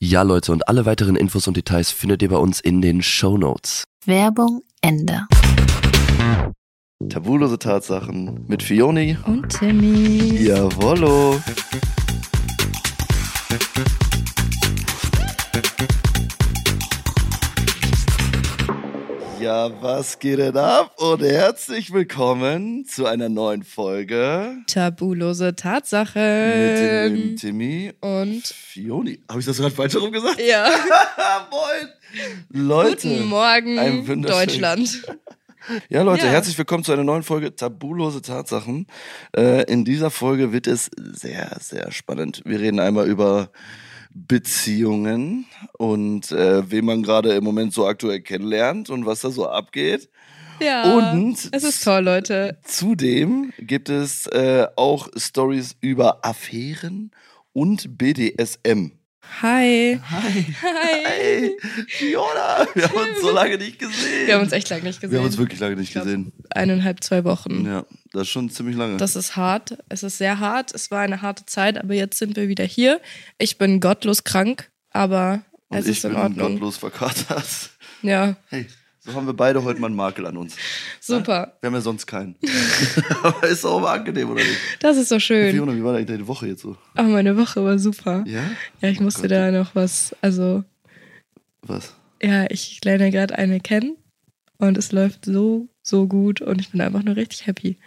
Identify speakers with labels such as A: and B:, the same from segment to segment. A: Ja, Leute, und alle weiteren Infos und Details findet ihr bei uns in den Show Notes.
B: Werbung Ende.
A: Tabulose Tatsachen mit Fioni.
B: Und Timmy.
A: Jawollo. Ja, was geht denn ab? Und herzlich willkommen zu einer neuen Folge
C: Tabulose
A: mit dem lieben
C: Tatsachen.
A: Timmy
C: Und
A: Fioni. Habe ich das gerade falsch herum gesagt?
C: ja,
A: Moin! Leute.
C: guten Morgen,
A: ein wunderschön-
C: Deutschland.
A: Ja, Leute,
C: Ja.
A: herzlich willkommen zu einer neuen Folge Tabulose Tatsachen. Äh, in dieser Folge wird es sehr, sehr spannend. Wir reden einmal über Beziehungen und äh, wen man gerade im Moment so aktuell kennenlernt und was da so abgeht.
C: Ja,
A: Und-
C: es ist toll, Leute.
A: Zudem gibt es äh, auch Stories über Affären und BDSM.
C: Hi.
A: Hi.
C: Hi.
A: Hey, Fiona, wir haben uns so lange nicht gesehen.
C: Wir haben uns echt lange nicht gesehen.
A: Wir haben uns wirklich lange nicht
C: Ich glaub-
A: gesehen.
C: Eineinhalb, zwei Wochen.
A: Ja, das ist schon ziemlich lange.
C: Das ist hart. Es ist sehr hart. Es war eine harte Zeit, aber jetzt sind wir wieder hier. Ich bin gottlos krank, aber
A: und
C: es
A: ich
C: ist in
A: bin
C: Ordnung.
A: gottlos verkatert.
C: Ja,
A: Hey, so haben wir beide heute mal einen Makel an uns.
C: super.
A: Wir haben ja sonst keinen. Aber ist auch mal angenehm, oder nicht?
C: Das ist so schön.
A: Fiona, wie war denn deine Woche jetzt so?
C: Oh, meine Woche war super.
A: Ja?
C: Ja, ich musste da noch was, also
A: Was?
C: ja, ich lerne gerade eine kennen und es läuft so, so gut und ich bin einfach nur richtig happy.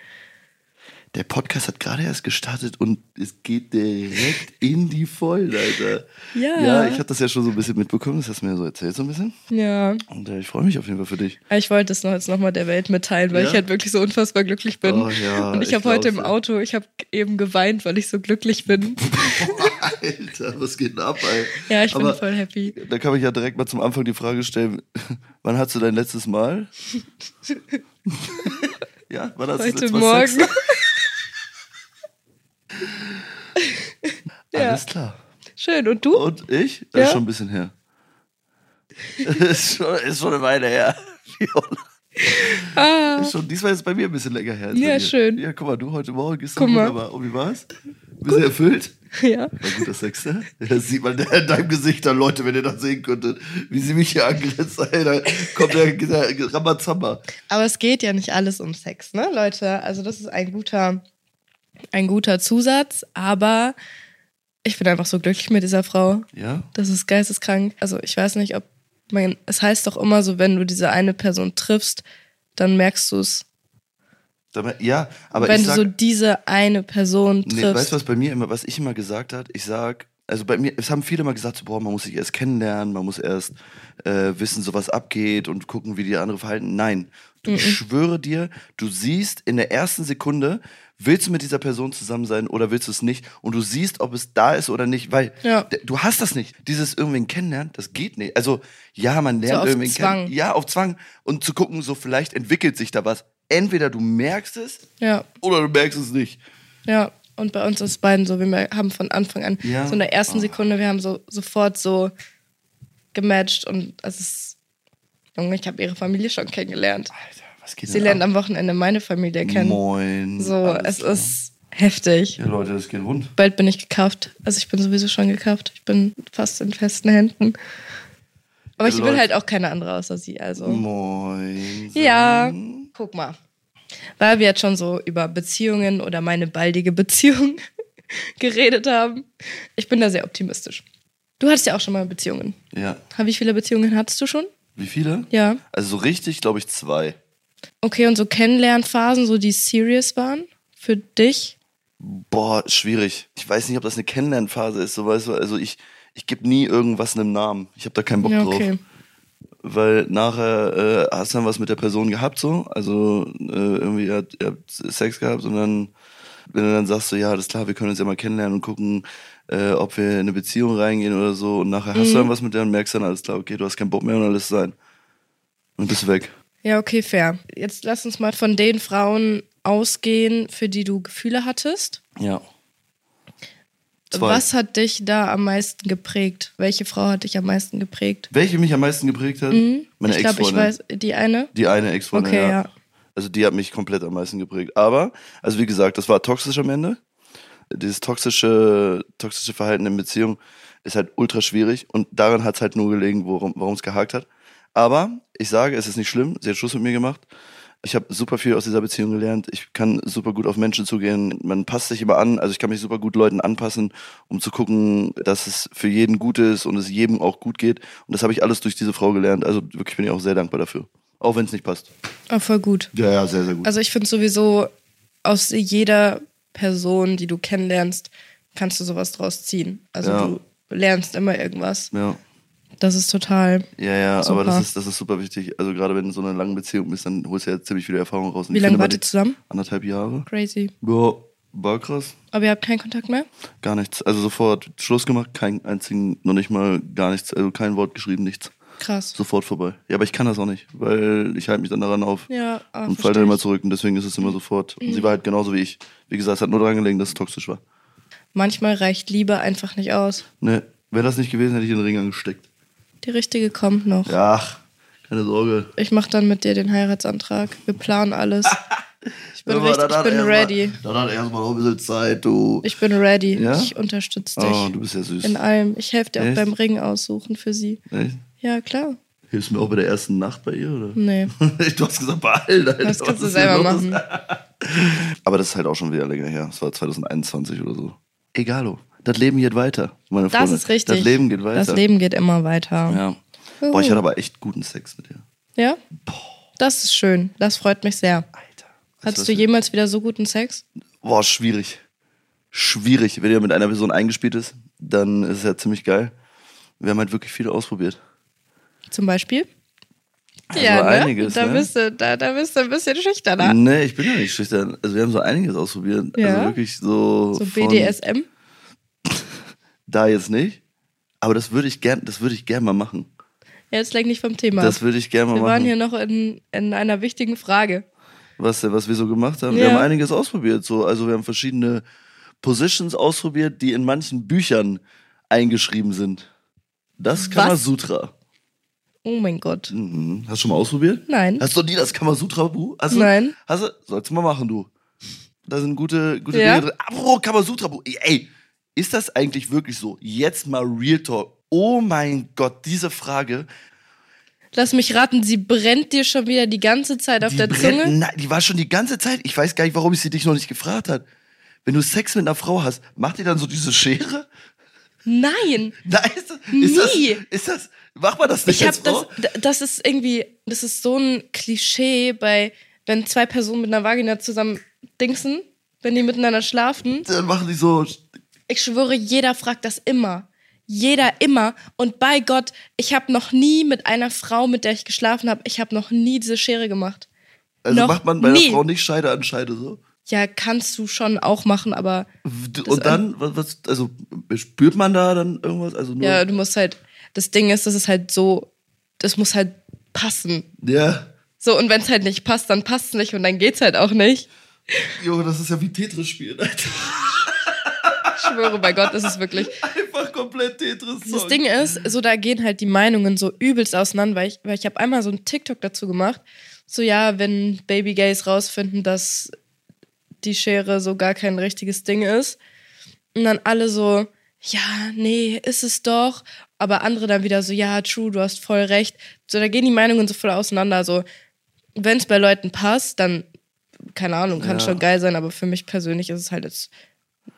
A: Der Podcast hat gerade erst gestartet und es geht direkt in die Vollen, Alter.
C: Ja.
A: Ja, ich habe das ja schon so ein bisschen mitbekommen. Das hast du mir so erzählt, so ein bisschen.
C: Ja,
A: Und äh, ich freue mich auf jeden Fall für dich.
C: Ah, ich wollte es noch, jetzt nochmal der Welt mitteilen, weil
A: Ja?
C: ich halt wirklich so unfassbar glücklich bin.
A: Oh ja,
C: und ich,
A: ich
C: habe heute im
A: glaub's dir.
C: Auto, ich habe eben geweint, weil ich so glücklich bin.
A: Alter, was geht denn ab, ey?
C: Ja, ich
A: Aber-
C: bin voll happy.
A: Da kann ich ja direkt mal zum Anfang die Frage stellen: Wann hast du dein letztes Mal? ja, wann hast du das
C: Heute
A: letzte Mal Sex?
C: Morgen. Ja.
A: Alles klar.
C: Schön. Und du?
A: Und ich? Das
C: Ja.
A: ist schon ein bisschen her. ist, schon, ist schon eine Weile her. Viola.
C: Ah,
A: Ist schon, diesmal ist es bei mir ein bisschen länger her. als
C: Ja,
A: bei dir.
C: schön.
A: Ja, guck mal, du heute Morgen gehst
C: Guck mal.
A: wunderbar. Und wie war's? Bist du erfüllt?
C: ja.
A: War guter Sex, ne? Das sieht man in deinem Gesicht dann, Leute, wenn ihr das sehen könntet, wie sie mich hier angrenzt. Ey, da kommt der, der Ramazamba.
C: Aber es geht ja nicht alles um Sex, ne, Leute? Also das ist ein guter, ein guter Zusatz, aber ich bin einfach so glücklich mit dieser Frau.
A: Ja?
C: Das ist geisteskrank. Also ich weiß nicht, ob man, es heißt doch immer so, wenn du diese eine Person triffst, dann merkst du es.
A: Dabei- Ja, aber
C: Wenn
A: ich
C: du
A: sag,
C: so diese eine Person
A: nee, weißt
C: triffst.
A: du, was bei mir immer, was ich immer gesagt hat? Ich sag, Also bei mir, es haben viele mal gesagt, so, boah, man muss sich erst kennenlernen, man muss erst äh, wissen, so was abgeht und gucken, wie die andere verhalten. Nein, du, ich schwöre dir, du siehst in der ersten Sekunde, willst du mit dieser Person zusammen sein oder willst du es nicht? Und du siehst, ob es da ist oder nicht, weil
C: Ja.
A: d- du hast das nicht. Dieses irgendwen kennenlernen, das geht nicht. Also ja, man
C: So
A: lernt
C: auf
A: irgendwen
C: Zwang.
A: kennen. Ja, auf Zwang. Und zu gucken, so vielleicht entwickelt sich da was. Entweder du merkst es
C: Ja,
A: oder du merkst es nicht.
C: ja. Und bei uns ist es beiden so, wir mer- haben von Anfang an,
A: Ja. Oh.
C: so in der ersten Sekunde, wir haben so sofort so gematcht und es ist, Junge, ich habe ihre Familie schon kennengelernt.
A: Alter, was geht
C: Sie
A: denn
C: lernt
A: ab?
C: am Wochenende meine Familie kennen.
A: Moin.
C: So,
A: Alles
C: es
A: klar.
C: ist heftig.
A: Ja, Leute, das geht rund.
C: Bald bin ich gekauft. Also ich bin sowieso schon gekauft. Ich bin fast in festen Händen. Aber ich will
A: Läuft.
C: halt auch keine andere außer sie. Also.
A: Moin.
C: Ja, guck mal. Weil wir jetzt schon so über Beziehungen oder meine baldige Beziehung geredet haben. Ich bin da sehr optimistisch. Du hattest ja auch schon mal Beziehungen.
A: Ja.
C: Wie viele Beziehungen hattest du schon?
A: Wie viele?
C: Ja.
A: Also so richtig, glaube ich, zwei.
C: Okay, und so Kennenlernphasen, so die serious waren für dich?
A: Boah, schwierig. Ich weiß nicht, ob das eine Kennenlernphase ist, so weißt du. Also ich, ich gebe nie irgendwas einem Namen. Ich habe da keinen Bock
C: Ja,
A: drauf.
C: okay.
A: Weil nachher äh, hast du dann was mit der Person gehabt, so. Also äh, irgendwie, ihr habt, ihr habt Sex gehabt und dann, wenn du dann sagst, so, ja, alles klar, wir können uns ja mal kennenlernen und gucken, äh, ob wir in eine Beziehung reingehen oder so. Und nachher
C: Mhm.
A: hast du dann was mit der und merkst dann, alles klar, okay, du hast keinen Bock mehr und alles sein. Und bist weg.
C: Ja, okay, fair. Jetzt lass uns mal von den Frauen ausgehen, für die du Gefühle hattest.
A: Ja. Zwei.
C: Was hat dich da am meisten geprägt? Welche Frau hat dich am meisten geprägt?
A: Welche mich am meisten geprägt hat? Meine
C: Mhm. ich glaube, ich
A: Ex-Freundin.
C: weiß, die eine.
A: Die eine Ex-Freundin,
C: Okay,
A: ja.
C: ja.
A: Also die hat mich komplett am meisten geprägt. Aber, also wie gesagt, das war toxisch am Ende. Dieses toxische, toxische Verhalten in Beziehung ist halt ultra schwierig und daran hat es halt nur gelegen, worum warum es gehakt hat. Aber ich sage, es ist nicht schlimm. Sie hat Schluss mit mir gemacht. Ich habe super viel aus dieser Beziehung gelernt. Ich kann super gut auf Menschen zugehen. Man passt sich immer an. Also ich kann mich super gut Leuten anpassen, um zu gucken, dass es für jeden gut ist und es jedem auch gut geht. Und das habe ich alles durch diese Frau gelernt. Also wirklich bin ich auch sehr dankbar dafür. Auch wenn es nicht passt.
C: Oh, voll gut.
A: Ja, ja, sehr, sehr gut.
C: Also ich finde sowieso, aus jeder Person, die du kennenlernst, kannst du sowas draus ziehen. Also
A: Ja.
C: du lernst immer irgendwas.
A: ja.
C: Das ist total.
A: Ja, ja, aber das
C: Super.
A: ist, das ist super wichtig. Also gerade wenn du in so einer langen Beziehung bist, dann holst du ja ziemlich viele Erfahrungen raus. Und
C: Wie
A: ich
C: lange
A: finde,
C: wart
A: bei
C: ihr
A: den-
C: zusammen?
A: Anderthalb Jahre.
C: Crazy.
A: Ja, war krass.
C: Aber ihr habt keinen Kontakt mehr?
A: Gar nichts. Also sofort Schluss gemacht, keinen einzigen, noch nicht mal gar nichts, also kein Wort geschrieben, nichts.
C: Krass.
A: Sofort vorbei. Ja, aber ich kann das auch nicht, weil ich halte mich dann daran auf
C: Ja, ah,
A: und
C: versteh
A: falle dann immer
C: ich. Mhm.
A: zurück. Und deswegen ist es immer sofort. Und sie war halt genauso wie ich. Wie gesagt, es hat nur daran gelegen, dass es toxisch war.
C: Manchmal reicht Liebe einfach nicht aus.
A: Ne, wäre das nicht gewesen, hätte ich den Ring angesteckt.
C: Die richtige kommt noch.
A: Ja, ach, keine Sorge.
C: Ich mache dann mit dir den Heiratsantrag. Wir planen alles. Ich bin,
A: Aber
C: richtig,
A: dann
C: ich
A: hat
C: bin
A: erst mal-
C: ready.
A: Dann hat erstmal noch ein bisschen Zeit, du.
C: Ich bin ready.
A: Ja?
C: Ich unterstütze dich.
A: oh, du bist ja süß.
C: In allem. Ich helfe dir auch
A: Echt?
C: beim Ring aussuchen für sie.
A: Echt?
C: Ja, klar.
A: Hilfst du mir auch bei der ersten Nacht bei ihr, oder?
C: Nee.
A: du hast gesagt, bei allen. Alter,
C: Hm. Das
A: was
C: kannst du
A: ist denn
C: selber
A: los?
C: machen.
A: Aber das ist halt auch schon wieder länger her. Das war 2021 oder so. Egalo. Das Leben geht weiter, meine
C: Das
A: Freunde.
C: ist richtig.
A: Das Leben geht weiter.
C: Das Leben geht immer weiter.
A: Ja. Boah, ich hatte aber echt guten Sex mit ihr.
C: Ja? Das ist schön. Das freut mich sehr.
A: Alter.
C: Hattest du jemals wieder so guten Sex?
A: Boah, schwierig. Schwierig. Wenn ihr mit einer Person eingespielt ist, dann ist es ja ziemlich geil. Wir haben halt wirklich viel ausprobiert.
C: Zum Beispiel?
A: Also einiges,
C: Da,
A: ne?
C: bist du, da, da bist du ein bisschen schüchterner.
A: Nee, ich bin ja nicht schüchtern. Also wir haben so einiges ausprobiert. Also
C: Ja?
A: wirklich so.
C: So
A: von-
C: BDSM?
A: Da jetzt nicht. Aber das würde ich gern, das würde ich gern mal machen.
C: Ja, Jetzt lenk nicht vom Thema.
A: Das würde ich gern mal
C: Wir waren
A: machen.
C: hier noch in, in einer wichtigen Frage.
A: was, was wir so gemacht haben. Wir
C: Ja.
A: haben einiges ausprobiert. So. Also wir haben verschiedene Positions ausprobiert, die in manchen Büchern eingeschrieben sind. Das Kamasutra.
C: Oh mein Gott.
A: Mhm. Hast du schon mal ausprobiert?
C: Nein.
A: Hast du nie das Kamasutra-Buch? Hast du-
C: Nein.
A: Hast du? Sollst du mal machen, du. Da sind gute, gute
C: Ja.
A: Dinge drin. Apropos Kamasutra-Buch. Ey, Ey, ist das eigentlich wirklich so? Jetzt mal Real Talk. Oh mein Gott, diese Frage.
C: Lass mich raten, sie brennt dir schon wieder die ganze Zeit auf
A: die
C: der
A: brennt-
C: Zunge.
A: Nein, die war schon die ganze Zeit. Ich weiß gar nicht, warum ich sie dich noch nicht gefragt hat. Wenn du Sex mit einer Frau hast, macht ihr dann so diese Schere?
C: Nein.
A: Nein, ist das, ist das,
C: Nie.
A: ist das, macht man das nicht
C: Ich
A: als
C: habe das,
A: Frau?
C: d- das ist irgendwie, das ist so ein Klischee bei, wenn zwei Personen mit einer Vagina zusammen dingsen, wenn die miteinander schlafen.
A: Dann machen die so,
C: Ich schwöre, jeder fragt das immer. Jeder immer. Und bei Gott, ich habe noch nie mit einer Frau, mit der ich geschlafen habe, ich habe noch nie diese Schere gemacht.
A: Also
C: Noch
A: macht man bei
C: nie.
A: der Frau nicht Scheide an Scheide so.
C: Ja, kannst du schon auch machen, aber
A: Und dann, was, was, also spürt man da dann irgendwas? Also nur,
C: ja,
A: ja.
C: du musst halt, das Ding ist, das ist halt so, das muss halt passen. So, und wenn es halt nicht passt, dann passt es nicht und dann geht's halt auch nicht.
A: Junge, das ist ja wie Tetris spielen, Alter.
C: Ich schwöre bei Gott, ist es wirklich.
A: Einfach komplett Tetris.
C: Das Ding ist, so da gehen halt die Meinungen so übelst auseinander, weil ich, weil ich habe einmal so einen TikTok dazu gemacht, so ja, wenn Baby Gays rausfinden, dass die Schere so gar kein richtiges Ding ist, und dann alle so, ja, nee, ist es doch, aber andere dann wieder so, ja, true, du hast voll recht. So da gehen die Meinungen so voll auseinander, so wenn es bei Leuten passt, dann keine Ahnung, kann
A: Ja.
C: schon geil sein, aber für mich persönlich ist es halt jetzt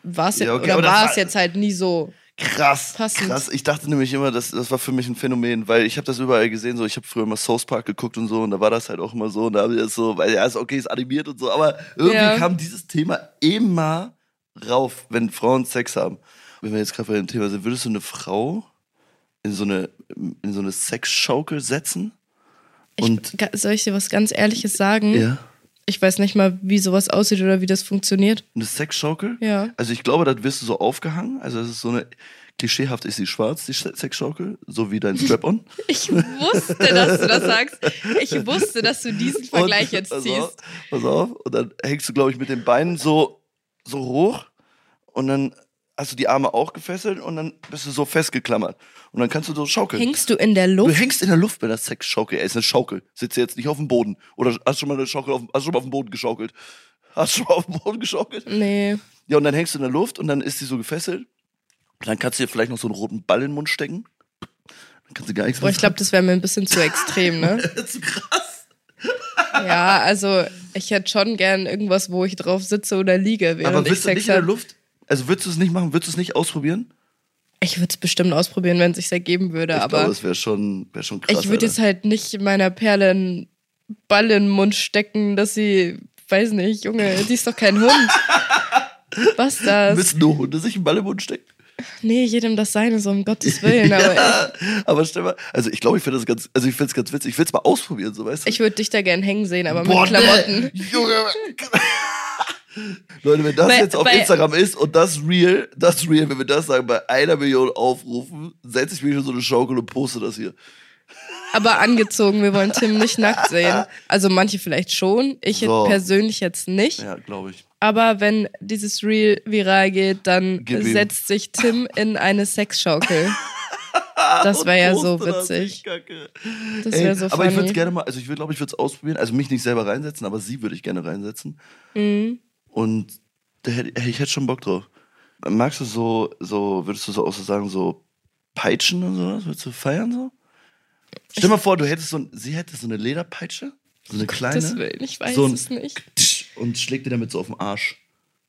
C: war es jetzt,
A: Ja, okay,
C: oder
A: aber das
C: war
A: war-
C: es jetzt halt nie so.
A: Krass,
C: Passend.
A: krass. Ich dachte nämlich immer, das, das war für mich ein Phänomen, weil ich habe das überall gesehen. So, ich habe früher immer South Park geguckt und so, und da war das halt auch immer so, und da habe ich das so, weil ja, ist okay, ist animiert und so, aber irgendwie
C: Ja.
A: kam dieses Thema immer rauf, wenn Frauen Sex haben. Wenn wir jetzt gerade bei dem Thema sind, würdest du eine Frau in so eine in so eine Sexschaukel setzen? Und
C: Ich, ga- soll ich dir was ganz Ehrliches sagen?
A: ja,
C: Ich weiß nicht mal, wie sowas aussieht oder wie das funktioniert.
A: eine Sexschaukel?
C: Ja.
A: Also ich glaube, das wirst du so aufgehangen. Also das ist so eine klischeehaft ist sie schwarz, die Sexschaukel, so wie dein Strap-on.
C: Ich wusste, dass du das sagst. Ich wusste, dass du diesen Vergleich jetzt
A: pass Auf,
C: ziehst.
A: pass auf. Und dann hängst du, glaube ich, mit den Beinen so, so hoch. Und dann hast du die Arme auch gefesselt und dann bist du so festgeklammert. Und dann kannst du so schaukeln.
C: Hängst du in der
A: du
C: Luft?
A: hängst in der Luft bei der Sexschaukel. Er ist eine Schaukel. Sitzt jetzt nicht auf dem Boden. Oder hast schon mal eine Schaukel auf, hast schon mal auf dem Boden geschaukelt? Hast schon mal auf dem Boden geschaukelt?
C: Nee.
A: Ja, und dann hängst du in der Luft und dann ist sie so gefesselt. Und dann kannst du dir vielleicht noch so einen roten Ball in den Mund stecken. Dann kannst du gar nichts
C: Boah, ich glaube, das wäre mir ein bisschen zu extrem, ne?
A: das ist krass.
C: Ja, also ich hätte schon gern irgendwas, wo ich drauf sitze oder liege, während
A: Aber
C: ich
A: willst du
C: Sex
A: nicht in der
C: hab.
A: Luft? Also würdest du es nicht machen? Würdest du es nicht ausprobieren?
C: Ich würde es bestimmt ausprobieren, wenn es sich ergeben würde,
A: ich glaube,
C: aber
A: das wäre schon, wär schon krass.
C: ich würde jetzt
A: Alter.
C: halt nicht meiner Perle einen Ball in den Mund stecken, dass sie, weiß nicht, Junge, die ist doch kein Hund. Was das?
A: Müssen nur Hunde sich einen Ball im Mund stecken.
C: Nee, jedem das Seine, so um Gottes Willen. Aber
A: ja, aber stell mal, also ich glaube, ich finde das ganz, also ich finde es ganz witzig. Ich will es mal ausprobieren, so weißt du.
C: ich würde dich da gern hängen sehen, aber
A: Boah,
C: mit Klamotten.
A: nee, Junge. Leute, wenn das
C: Bei-
A: jetzt auf
C: bei-
A: Instagram ist und das real, das real, wenn wir das sagen, bei einer Million Aufrufen, setze ich mich in so eine Schaukel und poste das hier.
C: Aber angezogen, wir wollen Tim nicht nackt sehen. Also manche vielleicht schon, ich
A: So.
C: persönlich jetzt nicht.
A: Ja, glaube ich.
C: Aber wenn dieses Reel viral geht, dann
A: Gib ihm.
C: setzt sich Tim in eine Sexschaukel. Das wäre ja so
A: Poste das, ich
C: witzig.
A: kacke.
C: Das
A: Ey,
C: wäre so
A: aber ich würde es
C: funny.
A: gerne mal, also ich würde glaube ich würde es ausprobieren, also mich nicht selber reinsetzen, aber sie würde ich gerne reinsetzen.
C: Mhm.
A: Und da hätte, ey, ich hätte schon Bock drauf. Magst du so, so würdest du so auch so sagen, so peitschen und sowas? Würdest du feiern so? Stell mal vor, du hättest so, ein, sie hätte so eine Lederpeitsche, so eine
C: Oh Das
A: kleine
C: will ich weiß
A: so ein-
C: es nicht.
A: und schlägt dir damit so auf den Arsch.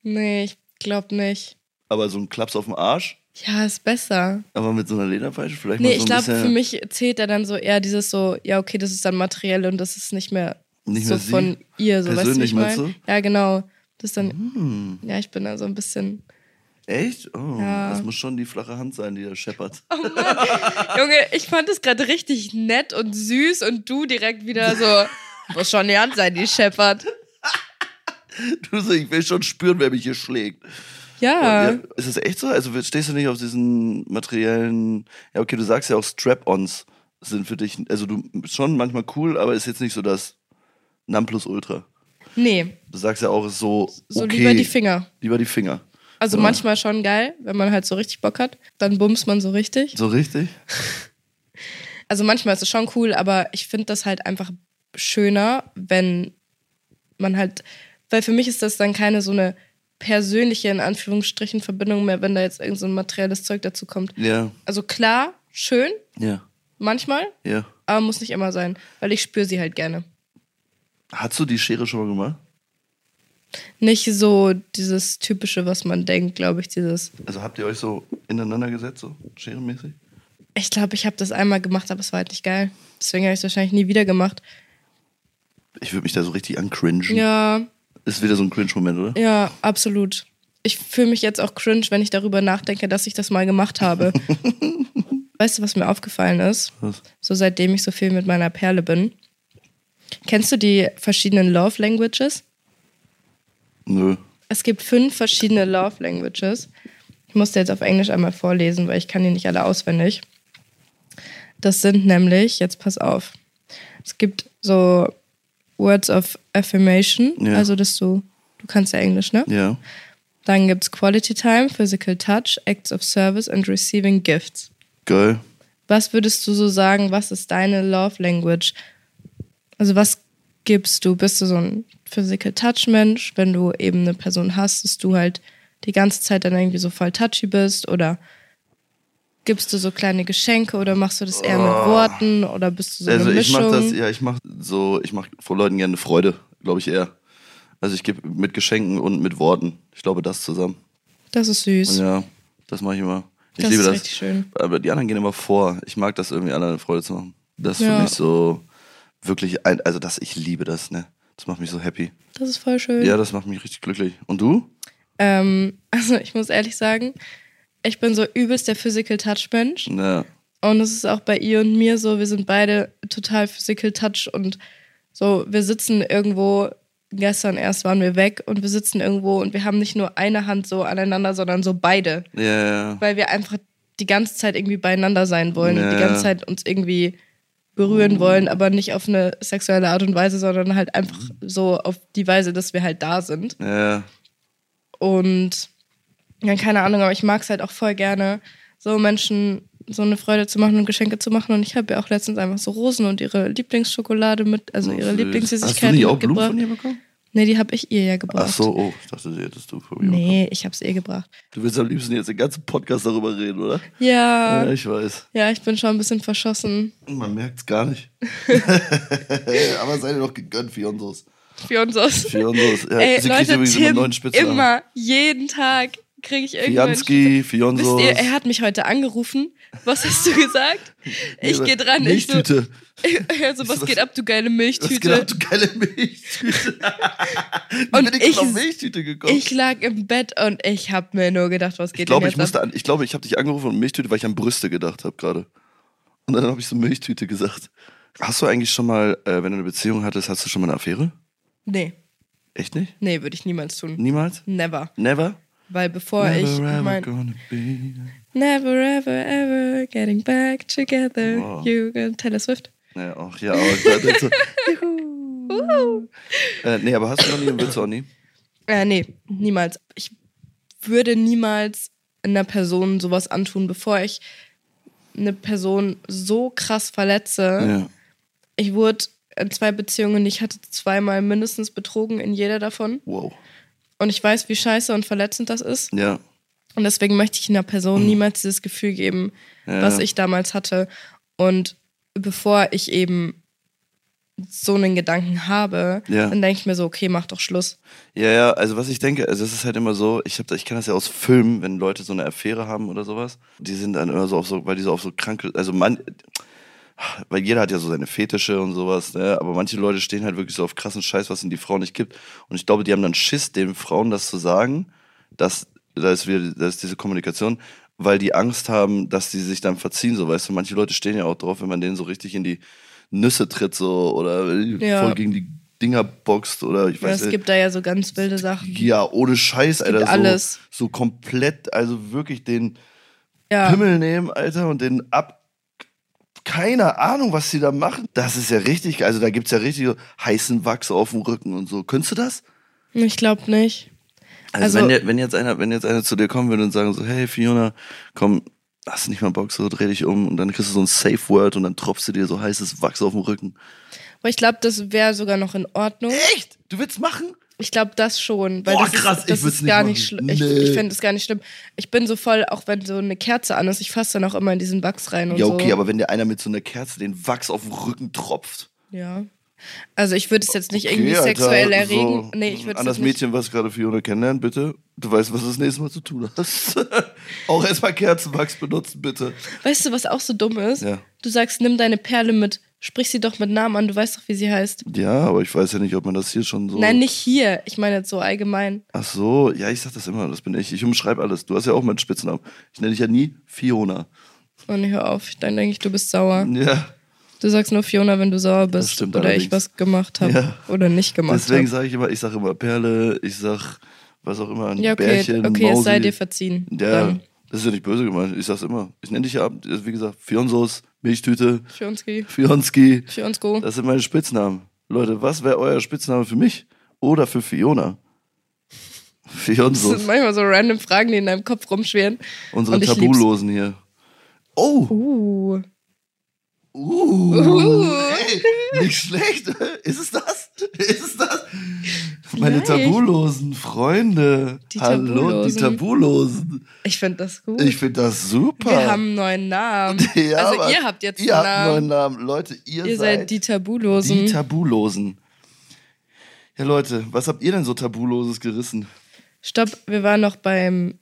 C: Nee, ich glaub nicht.
A: Aber so ein Klaps auf den Arsch,
C: Ja, ist besser.
A: aber mit so einer Lederpeitsche vielleicht
C: Nee,
A: mal so
C: ich
A: ein
C: glaube,
A: bisschen
C: für mich zählt da dann so eher dieses so, ja, okay, das ist dann materiell und das ist nicht mehr
A: nicht
C: so
A: mehr
C: von ihr, so weißt du, wie
A: Persönlich,
C: ich
A: meinst Mhm.
C: meine? Ja, genau. Das ist dann,
A: Hm.
C: ja, ich bin da so ein bisschen.
A: Echt? Oh,
C: Ja.
A: das muss schon die flache Hand sein, die da scheppert.
C: Junge, ich fand das gerade richtig nett und süß und du direkt wieder so, muss schon die Hand sein, die scheppert.
A: Du so, ich will schon spüren, wer mich hier schlägt.
C: Ja.
A: Ja, ist das echt so? Also stehst du nicht auf diesen materiellen. Ja, okay, du sagst ja auch Strap-ons sind für dich. Also du schon manchmal cool, aber ist jetzt nicht so das Nonplusultra.
C: Nee,
A: Du sagst ja auch, es ist so.
C: so
A: okay,
C: lieber die Finger.
A: Lieber die Finger.
C: Also
A: Ja.
C: manchmal schon geil, wenn man halt so richtig Bock hat, dann bumst man so richtig.
A: So richtig?
C: Also manchmal ist es schon cool, aber ich finde das halt einfach schöner, wenn man halt, weil für mich ist das dann keine so eine persönliche, in Anführungsstrichen, Verbindung mehr, wenn da jetzt irgend so ein materielles Zeug dazu kommt.
A: Ja,
C: Also klar, schön,
A: ja,
C: manchmal,
A: ja.
C: aber muss nicht immer sein, weil ich spüre sie halt gerne.
A: Hast du die Schere schon mal gemacht?
C: Nicht so dieses typische, was man denkt, glaube ich, dieses.
A: Also habt ihr euch so ineinander gesetzt, so scherenmäßig?
C: Ich glaube, ich habe das einmal gemacht, aber es war halt nicht geil. Deswegen habe ich es wahrscheinlich nie wieder gemacht.
A: Ich würde mich da so richtig ancringen.
C: Ja,
A: Ist wieder so ein Cringe-Moment, oder?
C: ja, absolut. ich fühle mich jetzt auch cringe, wenn ich darüber nachdenke, dass ich das mal gemacht habe. weißt du, was mir aufgefallen ist?
D: Was?
C: So seitdem ich so viel mit meiner Perle bin. Kennst du die verschiedenen Love Languages?
D: Nö.
C: Es gibt fünf verschiedene Love Languages. Ich musste jetzt auf Englisch einmal vorlesen, weil ich kann die nicht alle auswendig. Das sind nämlich, jetzt pass auf, es gibt so Words of Affirmation,
D: Ja.
C: also dass du, du kannst ja Englisch, ne?
D: Ja.
C: Dann gibt's Quality Time, Physical Touch, Acts of Service and Receiving Gifts.
D: Geil.
C: Was würdest du so sagen, was ist deine Love Language? Also was gibst du? Bist du so ein Physical Touch Mensch, wenn du eben eine Person hast, dass du halt die ganze Zeit dann irgendwie so voll touchy bist oder gibst du so kleine Geschenke oder machst du das eher mit Worten oder bist du so
A: Oh. also
C: eine
A: ich
C: Mischung?
A: mache das, ja, ich mache so, ich mache vor Leuten gerne Freude, glaube ich eher. Also ich gebe mit Geschenken und mit Worten. Ich glaube das zusammen.
C: Das ist süß.
A: Ja, das mache ich immer. Ich
C: das
A: liebe
C: ist
A: das.
C: richtig schön.
A: Aber die anderen gehen immer vor. Ich mag das irgendwie anderen Freude zu machen. Das ist
C: Ja.
A: für mich so wirklich ein, also das, ich liebe das, ne? Das macht mich so happy.
C: Das ist voll schön.
A: Ja, das macht mich richtig glücklich. Und du?
C: Ähm, also ich muss ehrlich sagen, ich bin so übelst der Physical Touch Mensch.
A: Ja.
C: Und es ist auch bei ihr und mir so, wir sind beide total physical touch und so, wir sitzen irgendwo, gestern erst waren wir weg und wir sitzen irgendwo und wir haben nicht nur eine Hand so aneinander, sondern so beide,
A: Ja, ja.
C: weil wir einfach die ganze Zeit irgendwie beieinander sein wollen und
A: Ja.
C: die ganze Zeit uns irgendwie berühren wollen, aber nicht auf eine sexuelle Art und Weise, sondern halt einfach so auf die Weise, dass wir halt da sind.
A: Ja.
C: Und ja, keine Ahnung, aber ich mag es halt auch voll gerne, so Menschen so eine Freude zu machen und Geschenke zu machen. Und ich habe ja auch letztens einfach so Rosen und ihre Lieblingsschokolade mit, also ihre
A: Süß. Hast du
C: Lieblingssüßigkeiten
A: nicht auch Blumen
C: mitgebracht.
A: von ihr bekommen?
C: Nee, die habe ich ihr ja gebracht.
A: Ach so, oh, ich dachte, sie hättest du von mir bekommen.
C: Nee, ich habe es ihr gebracht.
A: Du willst am liebsten jetzt den ganzen Podcast darüber reden, oder?
C: Ja,
A: Ja, ich weiß.
C: ja, ich bin schon ein bisschen verschossen.
A: Man merkt es gar nicht. Aber sei dir doch gegönnt, Fionsos.
C: Fionsos.
A: Fionsos. Ja,
C: Ey,
A: sie kriegt
C: Leute,
A: übrigens
C: Tim,
A: immer neuen Spitznamen.
C: immer, jeden Tag kriege ich irgendwann
A: Fianski,
C: Wisst
A: Fionsos.
C: ihr, er hat mich heute angerufen. Was hast du gesagt? Ich gehe dran. Ich so,
A: Milchtüte.
C: Also, was,
A: Was-
C: geht ab, du geile
A: Was
C: Milchtüte?
A: geht ab, du geile Milchtüte? Wie
C: Und
A: bin ich,
C: ich-
A: ich auf Milchtüte gekommen?
C: Ich lag im Bett und ich hab mir nur gedacht, was geht
A: Ich glaube,
C: denn
A: ich,
C: jetzt
A: musste
C: ab?
A: an, ich, glaube, ich habe dich angerufen und Milchtüte, weil ich an Brüste gedacht habe gerade. Und dann habe ich so Milchtüte gesagt. Hast du eigentlich schon mal, äh, wenn du eine Beziehung hattest, hast du schon mal eine Affäre?
C: Nee,
A: Echt nicht?
C: nee, würde ich niemals tun.
A: Niemals?
C: Never.
A: Never?
C: Weil bevor
A: Never
C: ich
A: ever
C: mein
A: gonna be.
C: Never ever ever getting back together.
A: Wow.
C: You and Taylor Swift.
A: Naja, auch ja, aber ich dachte so. äh, nee, aber hast du noch nie und willst du auch nie?
C: Äh, nee, niemals. Ich würde niemals einer Person sowas antun, bevor ich eine Person so krass verletze.
A: Ja.
C: Ich wurde in zwei Beziehungen, ich hatte zweimal mindestens betrogen in jeder davon.
A: Wow.
C: Und ich weiß, wie scheiße und verletzend das ist.
A: Ja.
C: Und deswegen möchte ich einer Person niemals dieses Gefühl geben,
A: Mhm. Ja.
C: was ich damals hatte. Und bevor ich eben so einen Gedanken habe,
A: Ja.
C: dann denke ich mir so, okay, mach doch Schluss.
A: Ja, ja, also was ich denke, also es ist halt immer so, ich, hab, da- ich kenne das ja aus Filmen, wenn Leute so eine Affäre haben oder sowas, die sind dann immer so auf so, weil die so auf so kranke, also man, weil jeder hat ja so seine Fetische und sowas, ne? aber manche Leute stehen halt wirklich so auf krassen Scheiß, was es in die Frauen nicht gibt. Und ich glaube, die haben dann Schiss, den Frauen das zu sagen, dass, da ist wieder, da ist diese Kommunikation, weil die Angst haben, dass die sich dann verziehen, so weißt du, manche Leute stehen ja auch drauf, wenn man denen so richtig in die Nüsse tritt, so, oder
C: Ja.
A: voll gegen die Dinger boxt oder ich
C: Ja,
A: weiß
C: es
A: nicht.
C: gibt da ja so ganz wilde Sachen.
A: Ja, ohne Scheiß,
C: gibt
A: Alter. So,
C: alles.
A: so komplett, also wirklich den
C: Ja,
A: Pimmel nehmen, Alter, und den ab. Keine Ahnung, was die da machen. Das ist ja richtig, also da gibt's ja richtig so heißen Wachs auf dem Rücken und so. Könntest du das?
C: ich glaube nicht.
A: Also,
C: Also-
A: wenn, der- wenn, jetzt einer, wenn jetzt einer zu dir kommen würde und sagen so, hey Fiona, komm, hast du nicht mal Bock, so dreh dich um und dann kriegst du so ein Safe Word und dann tropfst du dir so heißes Wachs auf dem Rücken.
C: Aber ich glaube, das wäre sogar noch in Ordnung.
A: Echt? Du willst machen?
C: Ich glaube das schon, weil
A: Boah,
C: das
A: krass,
C: ist,
A: ich
C: das
A: würd's
C: ist
A: nicht
C: gar
A: machen.
C: nicht schlimm. Ich,
A: Nee.
C: ich finde es gar nicht schlimm. Ich bin so voll, auch wenn so eine Kerze an ist, ich fasse dann auch immer in diesen Wachs rein und
A: Ja, okay,
C: so.
A: aber wenn dir einer mit so einer Kerze den Wachs auf dem Rücken tropft.
C: Ja. Also ich würde es jetzt nicht irgendwie
A: Okay, Alter,
C: sexuell erregen.
A: So,
C: nee, ich würde
A: An
C: es
A: das
C: jetzt nicht.
A: Mädchen, was gerade Fiona kennenlernt, bitte. Du weißt, was du das nächste Mal zu tun hast. Auch erstmal Kerzenwachs benutzen, bitte.
C: Weißt du, was auch so dumm ist?
A: Ja.
C: Du sagst, nimm deine Perle mit, sprich sie doch mit Namen an, du weißt doch, wie sie heißt.
A: Ja, aber ich weiß ja nicht, ob man das hier schon so.
C: Nein, nicht hier. Ich meine jetzt so allgemein.
A: Ach so, ja, ich sag das immer, das bin ich. Ich umschreibe alles. Du hast ja auch meinen Spitznamen. Ich nenne dich ja nie Fiona.
C: Und hör auf, dann denke ich, du bist sauer.
A: Ja,
C: Du sagst nur Fiona, wenn du sauer bist
A: stimmt
C: oder
A: allerdings.
C: ich was gemacht habe
A: Ja.
C: oder nicht gemacht
A: deswegen
C: habe.
A: sage ich immer, ich sage immer Perle, ich sag was auch immer, ein
C: Ja, okay,
A: Bärchen,
C: okay
A: Mausi.
C: es sei dir verziehen.
A: Ja,
C: Dann
A: das ist ja nicht böse gemeint. Ich sag's immer. Ich nenne dich ja, ab- wie gesagt, Fionsos, Milchtüte,
C: für uns geh.
A: Fionski.
C: Für uns go.
A: Das sind meine Spitznamen. Leute, was wäre euer Spitzname für mich? Oder für Fiona?
C: Das sind
A: Fionsos.
C: manchmal so random Fragen, die in deinem Kopf rumschwirren.
A: Unsere
C: und ich
A: Tabulosen hier. Oh!
C: Uh.
A: Uh, Ey, nicht schlecht. Ist es das? Ist es das? Meine
C: Vielleicht.
A: tabulosen Freunde.
C: Die
A: Hallo, die
C: Tabulosen.
A: tabulosen.
C: Ich finde das gut.
A: Ich finde das super.
C: Wir haben einen neuen Namen.
A: Ja,
C: also
A: Mann.
C: ihr habt jetzt
A: ihr
C: einen
A: habt einen neuen
C: Namen.
A: Namen. Leute, ihr,
C: ihr seid die Tabulosen.
A: die Tabulosen. Ja, Leute, was habt ihr denn so Tabuloses gerissen?
C: Stopp, wir waren noch beim.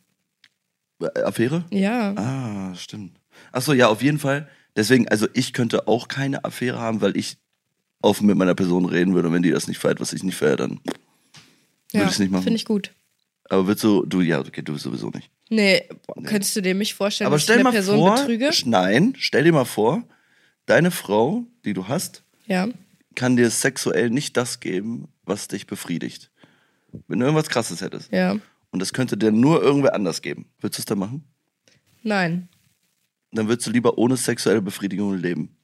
A: Äh, Affäre?
C: Ja.
A: Ah, stimmt. Achso, ja, auf jeden Fall. Deswegen, also ich könnte auch keine Affäre haben, weil ich offen mit meiner Person reden würde. Und wenn die das nicht feiert, was ich nicht feiere, dann.
C: ja.
A: ich's nicht machen.
C: Finde ich gut.
A: Aber willst du, du, ja, okay, du sowieso nicht.
C: Nee, boah, könntest du dir mich vorstellen,
A: Aber
C: dass
A: stell
C: ich eine
A: mal
C: Person
A: vor,
C: betrüge?
A: sch- nein, stell dir mal vor, deine Frau, die du hast,
C: Ja.
A: kann dir sexuell nicht das geben, was dich befriedigt. Wenn du irgendwas Krasses hättest.
C: Ja.
A: Und das könnte dir nur irgendwer anders geben. Würdest du es dann machen?
C: Nein.
A: Dann würdest du lieber ohne sexuelle Befriedigung leben.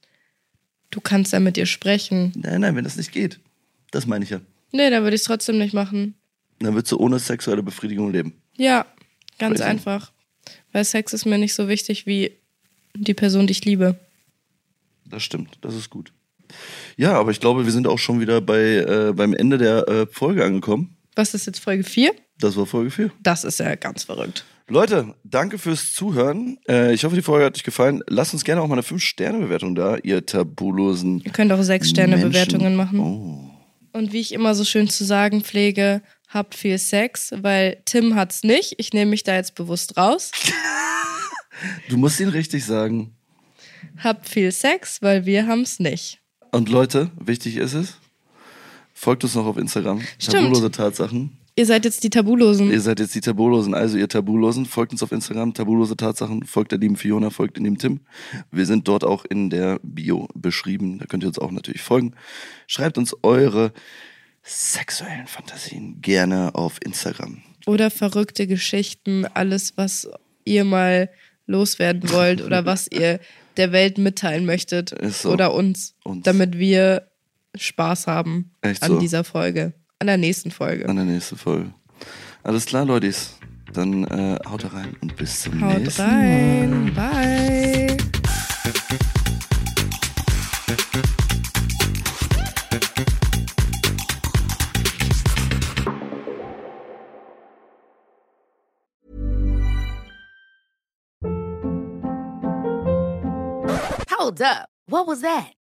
C: Du kannst ja mit ihr sprechen.
A: Nein, nein, wenn das nicht geht. Das meine ich ja.
C: Nee, dann würde ich es trotzdem nicht machen.
A: Dann würdest du ohne sexuelle Befriedigung leben.
C: Ja, ganz
A: Crazy.
C: einfach. Weil Sex ist mir nicht so wichtig wie die Person, die ich liebe.
A: Das stimmt, das ist gut. Ja, aber ich glaube, wir sind auch schon wieder bei, äh, beim Ende der äh, Folge angekommen.
C: Was ist jetzt Folge 4?
A: Das war Folge 4.
C: Das ist ja ganz verrückt.
A: Leute, danke fürs Zuhören. Äh, ich hoffe, die Folge hat euch gefallen. Lasst uns gerne auch mal eine 5-Sterne-Bewertung da, ihr tabulosen.
C: Ihr könnt auch sechs Sterne
A: Menschen.
C: Bewertungen machen.
A: Oh.
C: Und wie ich immer so schön zu sagen pflege, habt viel Sex, weil Tim hat's nicht. Ich nehme mich da jetzt bewusst raus.
A: Du musst ihn richtig sagen.
C: Habt viel Sex, weil wir haben's nicht.
A: Und Leute, wichtig ist es, folgt uns noch auf Instagram.
C: Stimmt.
A: Tabulose Tatsachen.
C: Ihr seid jetzt die Tabulosen.
A: Ihr seid jetzt die Tabulosen, also ihr Tabulosen, folgt uns auf Instagram, Tabulose Tatsachen, folgt der lieben Fiona, folgt dem lieben Tim. Wir sind dort auch in der Bio beschrieben, da könnt ihr uns auch natürlich folgen. Schreibt uns eure sexuellen Fantasien gerne auf Instagram.
C: Oder verrückte Geschichten, alles, was ihr mal loswerden wollt oder was ihr der Welt mitteilen möchtet
A: Ist so.
C: oder uns,
A: Uns.
C: damit wir Spaß haben
A: Echt
C: an
A: so.
C: dieser Folge, an der nächsten Folge.
A: An der nächsten Folge. Alles klar, Leutis. Dann äh, haut rein und bis zum
C: Haut
A: nächsten
C: rein, bye.
E: Hold up. What was that?